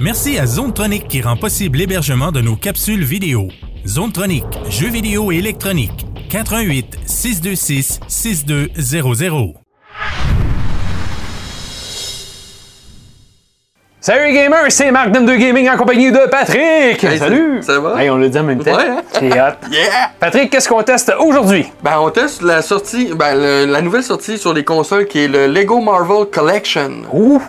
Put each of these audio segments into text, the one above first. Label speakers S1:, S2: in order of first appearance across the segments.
S1: Merci à Zone Tronic qui rend possible l'hébergement de nos capsules vidéo. Zone Tronic, jeux vidéo et électronique. 88 626 6200.
S2: Salut les gamers, c'est Marc d'M2 Gaming en compagnie de Patrick!
S3: Hey,
S2: Salut!
S3: ça va?
S2: Hey, on le dit en même temps.
S3: Ouais, hein?
S2: C'est hot.
S3: Yeah!
S2: Patrick, qu'est-ce qu'on teste aujourd'hui?
S3: Ben, on teste la sortie, ben, le- la nouvelle sortie sur les consoles qui est le Lego Marvel Collection.
S2: Ouh!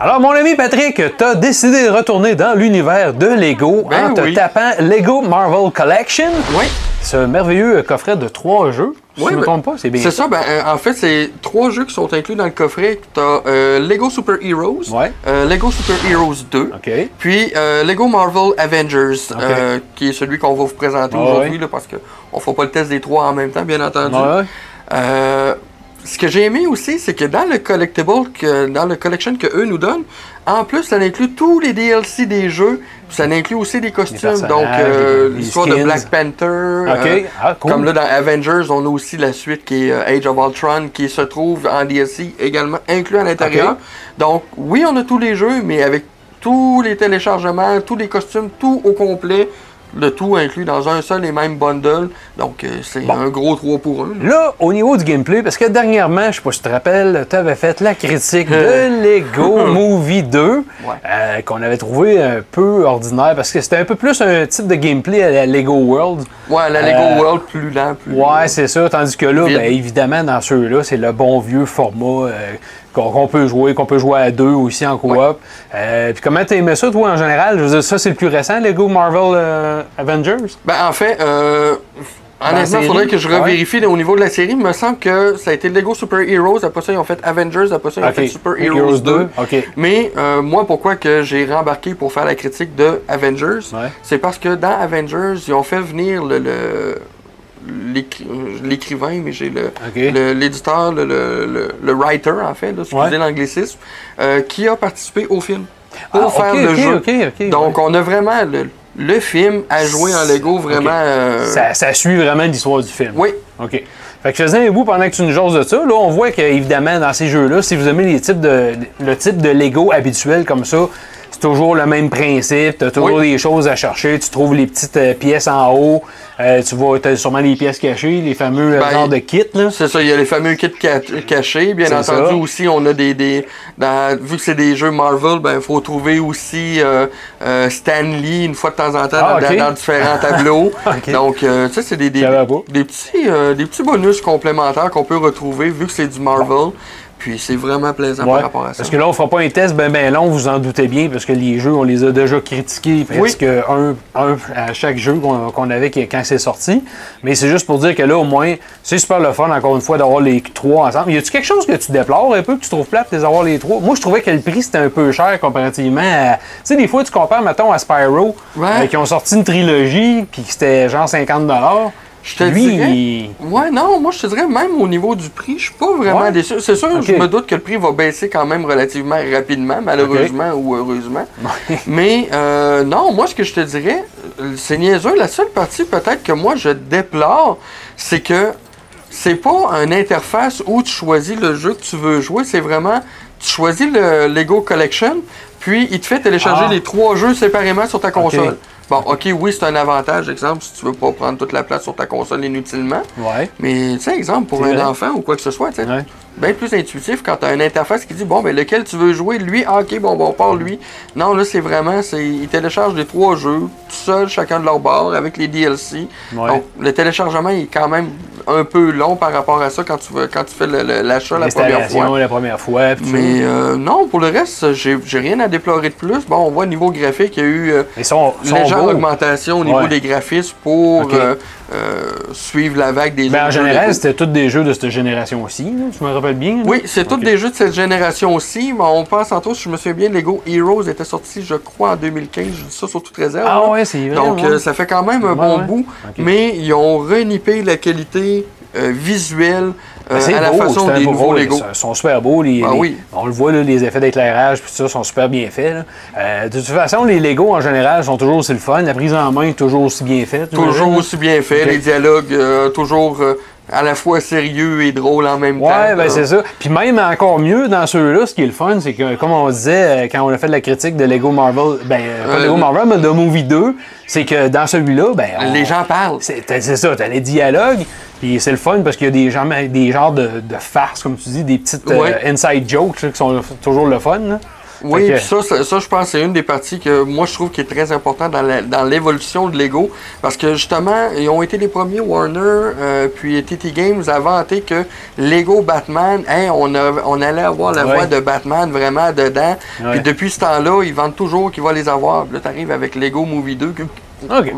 S2: Alors, mon ami Patrick, t'as décidé de retourner dans l'univers de Lego
S3: Ben
S2: en te
S3: oui.
S2: tapant Lego Marvel Collection.
S3: Oui.
S2: Ce merveilleux coffret de trois jeux. si
S3: Oui,
S2: je ne me
S3: ben,
S2: trompe pas, c'est bien.
S3: C'est ça, ben, euh, en fait, c'est trois jeux qui sont inclus dans le coffret. T'as euh, Lego Super Heroes,
S2: Ouais.
S3: euh, Lego Super Heroes 2,
S2: OK.
S3: puis euh, Lego Marvel Avengers, euh, qui est celui qu'on va vous présenter
S2: Ah,
S3: aujourd'hui,
S2: ouais.
S3: là, parce qu'on ne fera pas le test des trois en même temps, bien entendu.
S2: Ouais.
S3: Euh, ce que j'ai aimé aussi, c'est que dans le collectible, que, dans le collection que eux nous donnent, en plus, ça inclut tous les DLC des jeux, puis ça inclut aussi des costumes.
S2: personnages,
S3: Donc, euh,
S2: les- les
S3: l'histoire de
S2: skins.
S3: Black Panther. euh,
S2: Ah, cool.
S3: Comme là, dans Avengers, on a aussi la suite qui est euh, Age of Ultron, qui se trouve en DLC également inclus à l'intérieur.
S2: Ok.
S3: Donc, oui, on a tous les jeux, mais avec tous les téléchargements, tous les costumes, tout au complet, le tout inclus dans un seul et même bundle. Donc, euh, c'est un gros 3 pour 1.
S2: Là, au niveau du gameplay, parce que dernièrement, je sais pas si tu te rappelles, tu avais fait la critique
S3: Euh.
S2: de Lego Movie 2, euh, qu'on avait trouvé un peu ordinaire, parce que c'était un peu plus un type de gameplay à la Lego World.
S3: Ouais, la Lego
S2: Euh,
S3: World plus lent, plus.
S2: Ouais, c'est ça. Tandis que là,
S3: Vite.
S2: ben, évidemment, dans ceux-là, c'est le bon vieux format euh, qu'on qu'on peut jouer, qu'on peut jouer à deux aussi en coop. Euh, Puis comment t'as aimé ça, toi, en général? Je veux dire, ça, c'est le plus récent, Lego Marvel euh, Avengers?
S3: Ben, en fait, euh,
S2: la
S3: honnêtement,
S2: série,
S3: il faudrait que je
S2: ouais.
S3: revérifie au niveau de la série. Il me semble que ça a été Lego Super Heroes, après ça, ils ont fait Avengers, après ça, ils
S2: Ok.
S3: ont fait Super Heroes 2.
S2: OK.
S3: Mais euh, moi, pourquoi que j'ai rembarqué pour faire la critique de Avengers,
S2: Ouais.
S3: c'est parce que dans Avengers, ils ont fait venir le. le- l'écri- l'écrivain, mais j'ai le
S2: Ok.
S3: le- l'éditeur, le, le, le- le writer en fait, là, excusez
S2: Ouais.
S3: l'anglicisme, euh, qui a participé au film pour
S2: Ah,
S3: faire
S2: ok,
S3: le
S2: ok,
S3: jeu.
S2: ok, ok,
S3: Donc on a vraiment le, le film à jouer en Lego, vraiment. euh,
S2: Ça, ça suit vraiment l'histoire du film.
S3: Oui.
S2: OK. Fait que je faisais un bout pendant que tu nous jases de ça. Là, on voit qu'évidemment, dans ces jeux-là, si vous aimez les types de, le type de Lego habituel comme ça, c'est toujours le même principe. Tu as toujours
S3: Oui.
S2: des choses à chercher. Tu trouves les petites euh, pièces en haut. Euh, tu vois, as sûrement les pièces cachées, les fameux euh,
S3: Ben,
S2: genres de kits. Là.
S3: C'est ça, il y a les fameux kits ca- cachés. Bien
S2: C'est
S3: entendu,
S2: ça.
S3: aussi, on a des. des dans- vu que c'est des jeux Marvel, ben faut trouver aussi euh, euh, Stan Lee une fois de temps en temps
S2: Ah,
S3: dans,
S2: ok.
S3: dans différents tableaux.
S2: Ok.
S3: Donc, euh, ça, c'est des, des,
S2: J'avais pas.
S3: des petits, euh, des petits bonus complémentaires qu'on peut retrouver vu que c'est du Marvel. Puis c'est vraiment plaisant
S2: Ouais.
S3: par rapport à ça.
S2: Parce que là, on fera pas un test ben ben long, vous en doutez bien, parce que les jeux, on les a déjà critiqués presque un, un à chaque jeu qu'on qu'on avait qui- quand c'est sorti. Mais c'est juste pour dire que là, au moins, c'est super le fun, encore une fois, d'avoir les trois ensemble. Y a-tu quelque chose que tu déplores un peu, que tu trouves plate de les avoir les trois? Moi, je trouvais que le prix, c'était un peu cher comparativement à... Tu sais, des fois, tu compares, mettons, à Spyro,
S3: Ouais.
S2: euh, qui ont sorti une trilogie, puis que c'était genre 50
S3: Je te
S2: Lui,
S3: dirais-
S2: il-
S3: Ouais, non, moi je te dirais même au niveau du prix, je suis pas vraiment
S2: Ouais.
S3: déçu. C'est sûr,
S2: Ok.
S3: je me doute que le prix va baisser quand même relativement rapidement, malheureusement ou heureusement.
S2: Ouais.
S3: Mais euh, non, moi ce que je te dirais, euh, c'est niaiseux. La seule partie peut-être que moi je déplore, c'est que c'est pas une interface où tu choisis le jeu que tu veux jouer, c'est vraiment tu choisis le Lego Collection, puis il te fait télécharger
S2: Ah.
S3: les trois jeux séparément sur ta console.
S2: Ok.
S3: Bon, ok, oui, c'est un avantage, exemple, si tu veux pas prendre toute la place sur ta console inutilement.
S2: Ouais.
S3: Mais, tu sais, exemple, pour
S2: C'est
S3: un
S2: vrai.
S3: enfant ou quoi que ce soit, tu sais,
S2: Ouais.
S3: bien plus intuitif quand tu as une interface qui dit, bon, ben lequel tu veux jouer, lui, ah, ok, bon, bon, on part lui. Non, là, c'est vraiment, c'est, ils téléchargent les trois jeux, tout seul, chacun de leur bord, avec les DLC.
S2: Ouais.
S3: Donc, le téléchargement est quand même un peu long par rapport à ça quand tu, veux- quand tu fais le- le- l'achat la première fois.
S2: L'installation la première fois. puis tout.
S3: Mais euh, non, pour le reste, j'ai j'ai rien à déplorer de plus. Bon, on voit au niveau graphique, il y a eu euh,
S2: Ils sont, sont
S3: légère
S2: beaux.
S3: augmentation au niveau
S2: Ouais.
S3: des graphismes pour
S2: Ok.
S3: euh, euh, suivre la vague des
S2: Ben, en
S3: autres jeux
S2: général,
S3: Lego.
S2: c'était tous des jeux de cette génération aussi, là, je me rappelle bien. là.
S3: Oui, c'est tous
S2: Ok.
S3: des jeux de cette génération aussi. mais on pense en tout, si je me souviens bien, Lego Heroes était sorti, je crois, en 2015. Je dis ça sur toute réserve.
S2: Ah
S3: là.
S2: ouais, c'est vrai.
S3: Donc,
S2: ouais.
S3: euh, ça fait quand même un bon
S2: ouais.
S3: bout.
S2: Ok.
S3: Mais ils ont renippé la qualité euh, visuelle euh,
S2: Ah, Ben, c'est
S3: à la
S2: beau,
S3: façon
S2: c'est un
S3: des
S2: beau
S3: nouveaux
S2: rôle.
S3: Lego.
S2: Ils sont super beaux. Les,
S3: Ah
S2: les-
S3: oui.
S2: On le voit, là, les effets d'éclairage, puis tout ça, sont super bien faits. là. Euh, de toute façon, les Lego, en général, sont toujours aussi le fun. La prise en main est toujours aussi bien faite.
S3: Toujours
S2: j'imagine.
S3: aussi bien fait,
S2: Ok.
S3: les dialogues euh, toujours euh, à la fois sérieux et drôles en même temps.
S2: Ouais, ben
S3: Euh,
S2: c'est ça. Puis même encore mieux dans ceux-là, ce qui est le fun, c'est que, comme on disait euh, quand on a fait la critique de Lego Marvel, ben, euh, pas
S3: Euh,
S2: Lego Marvel, mais de Movie 2, c'est que dans celui-là, ben. on-
S3: Les gens parlent.
S2: C'est t'as- c'est ça, t'as les dialogues, puis c'est le fun parce qu'il y a des, gens, des genres de, de farces, comme tu dis, des petites euh,
S3: Ouais.
S2: inside jokes là, qui sont toujours le fun. là.
S3: Oui,
S2: Fait que-
S3: puis ça, ça, ça, je pense, c'est une des parties que moi, je trouve qui est très importante dans la- dans l'évolution de Lego. Parce que justement, ils ont été les premiers, Warner, euh, puis TT Games, a vanté que Lego Batman, hein, on, a- on allait avoir la
S2: Ouais.
S3: voix de Batman vraiment dedans.
S2: Ouais.
S3: Puis depuis ce temps-là, ils vendent toujours qu'il va les avoir. Puis Là, t'arrives avec Lego Movie 2. que-
S2: OK.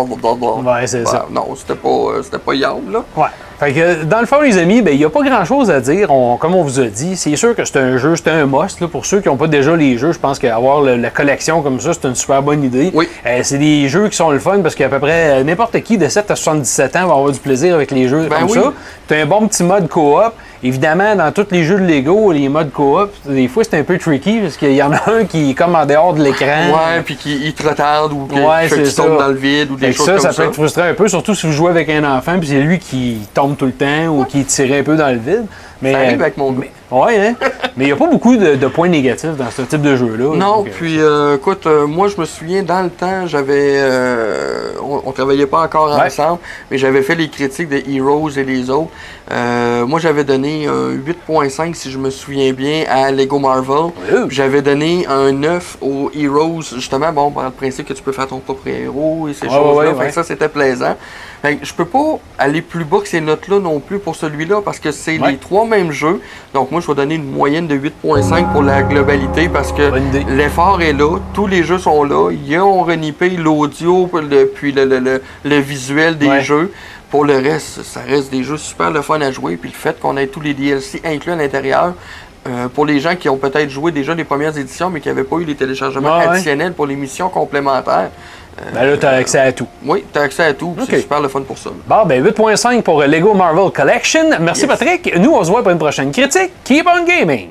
S2: Ouais, c'est ça.
S3: Bah, Non, c'était pas, euh, c'était pas Yard, là.
S2: Ouais. Fait que, euh, dans le fond, les amis, ben, il n'y a pas grand-chose à dire. On- comme on vous a dit, c'est sûr que c'est un jeu, c'est un must. là. pour ceux qui n'ont pas déjà les jeux, je pense qu'avoir le- la collection comme ça, c'est une super bonne idée.
S3: Oui.
S2: Euh, c'est des jeux qui sont le fun parce qu'à peu près euh, n'importe qui de 7 à 77 ans va avoir du plaisir avec les jeux
S3: Ben
S2: comme
S3: oui.
S2: ça. Tu un bon petit mode coop. Évidemment, dans tous les jeux de Lego, les modes coop, des fois, c'est un peu tricky parce qu'il y en a un qui est comme en dehors de l'écran.
S3: Ouais, puis qu'ils ils te retardent ou qu'ils
S2: Hein. Ouais, c'est
S3: qu'ils tombent
S2: ça.
S3: dans le vide ou
S2: Fait
S3: des
S2: que
S3: choses
S2: ça,
S3: comme
S2: ça
S3: ça.
S2: peut être frustrant un peu, surtout si vous jouez avec un enfant puis c'est lui qui tombe tout le temps ou qui est tiré un peu dans le vide. Mais,
S3: Ça arrive avec mon gars.
S2: mais, ouais, hein? mais il n'y a pas beaucoup de, de points négatifs dans ce type de jeu-là.
S3: Non,
S2: Donc, euh,
S3: puis euh, écoute, euh, moi je me souviens dans le temps, j'avais, euh, on, on travaillait pas encore
S2: Ouais.
S3: ensemble, mais j'avais fait les critiques de Heroes et les autres. Euh, moi j'avais donné un 8.5 si je me souviens bien à Lego Marvel.
S2: euh,
S3: J'avais donné un 9 au Heroes, justement, bon, par le principe que tu peux faire ton propre héros et ces
S2: Ouais,
S3: choses-là.
S2: ouais, ouais.
S3: Fait que ça, c'était plaisant. Fait que je peux pas aller plus bas que ces notes-là non plus pour celui-là parce que c'est
S2: Ouais.
S3: les trois mêmes jeux. Donc, moi, je vais donner une moyenne de 8.5 pour la globalité parce que
S2: Bonne idée.
S3: l'effort est là, tous les jeux sont là. Ils ont renippé l'audio le- puis le, le- le- le visuel des
S2: Ouais.
S3: jeux. Pour le reste, ça reste des jeux super le fun à jouer. Puis le fait qu'on ait tous les DLC inclus à l'intérieur, euh, pour les gens qui ont peut-être joué déjà les premières éditions, mais qui n'avaient pas eu les téléchargements
S2: Ouais, ouais.
S3: additionnels pour les missions complémentaires,
S2: ben là, tu as accès à tout.
S3: oui, tu as accès à tout. puis
S2: Ok.
S3: C'est super le fun pour ça.
S2: Bon, ben 8.5 pour Lego Marvel Collection. Merci
S3: Yes.
S2: Patrick. Nous, on se voit pour une prochaine critique. Keep on gaming!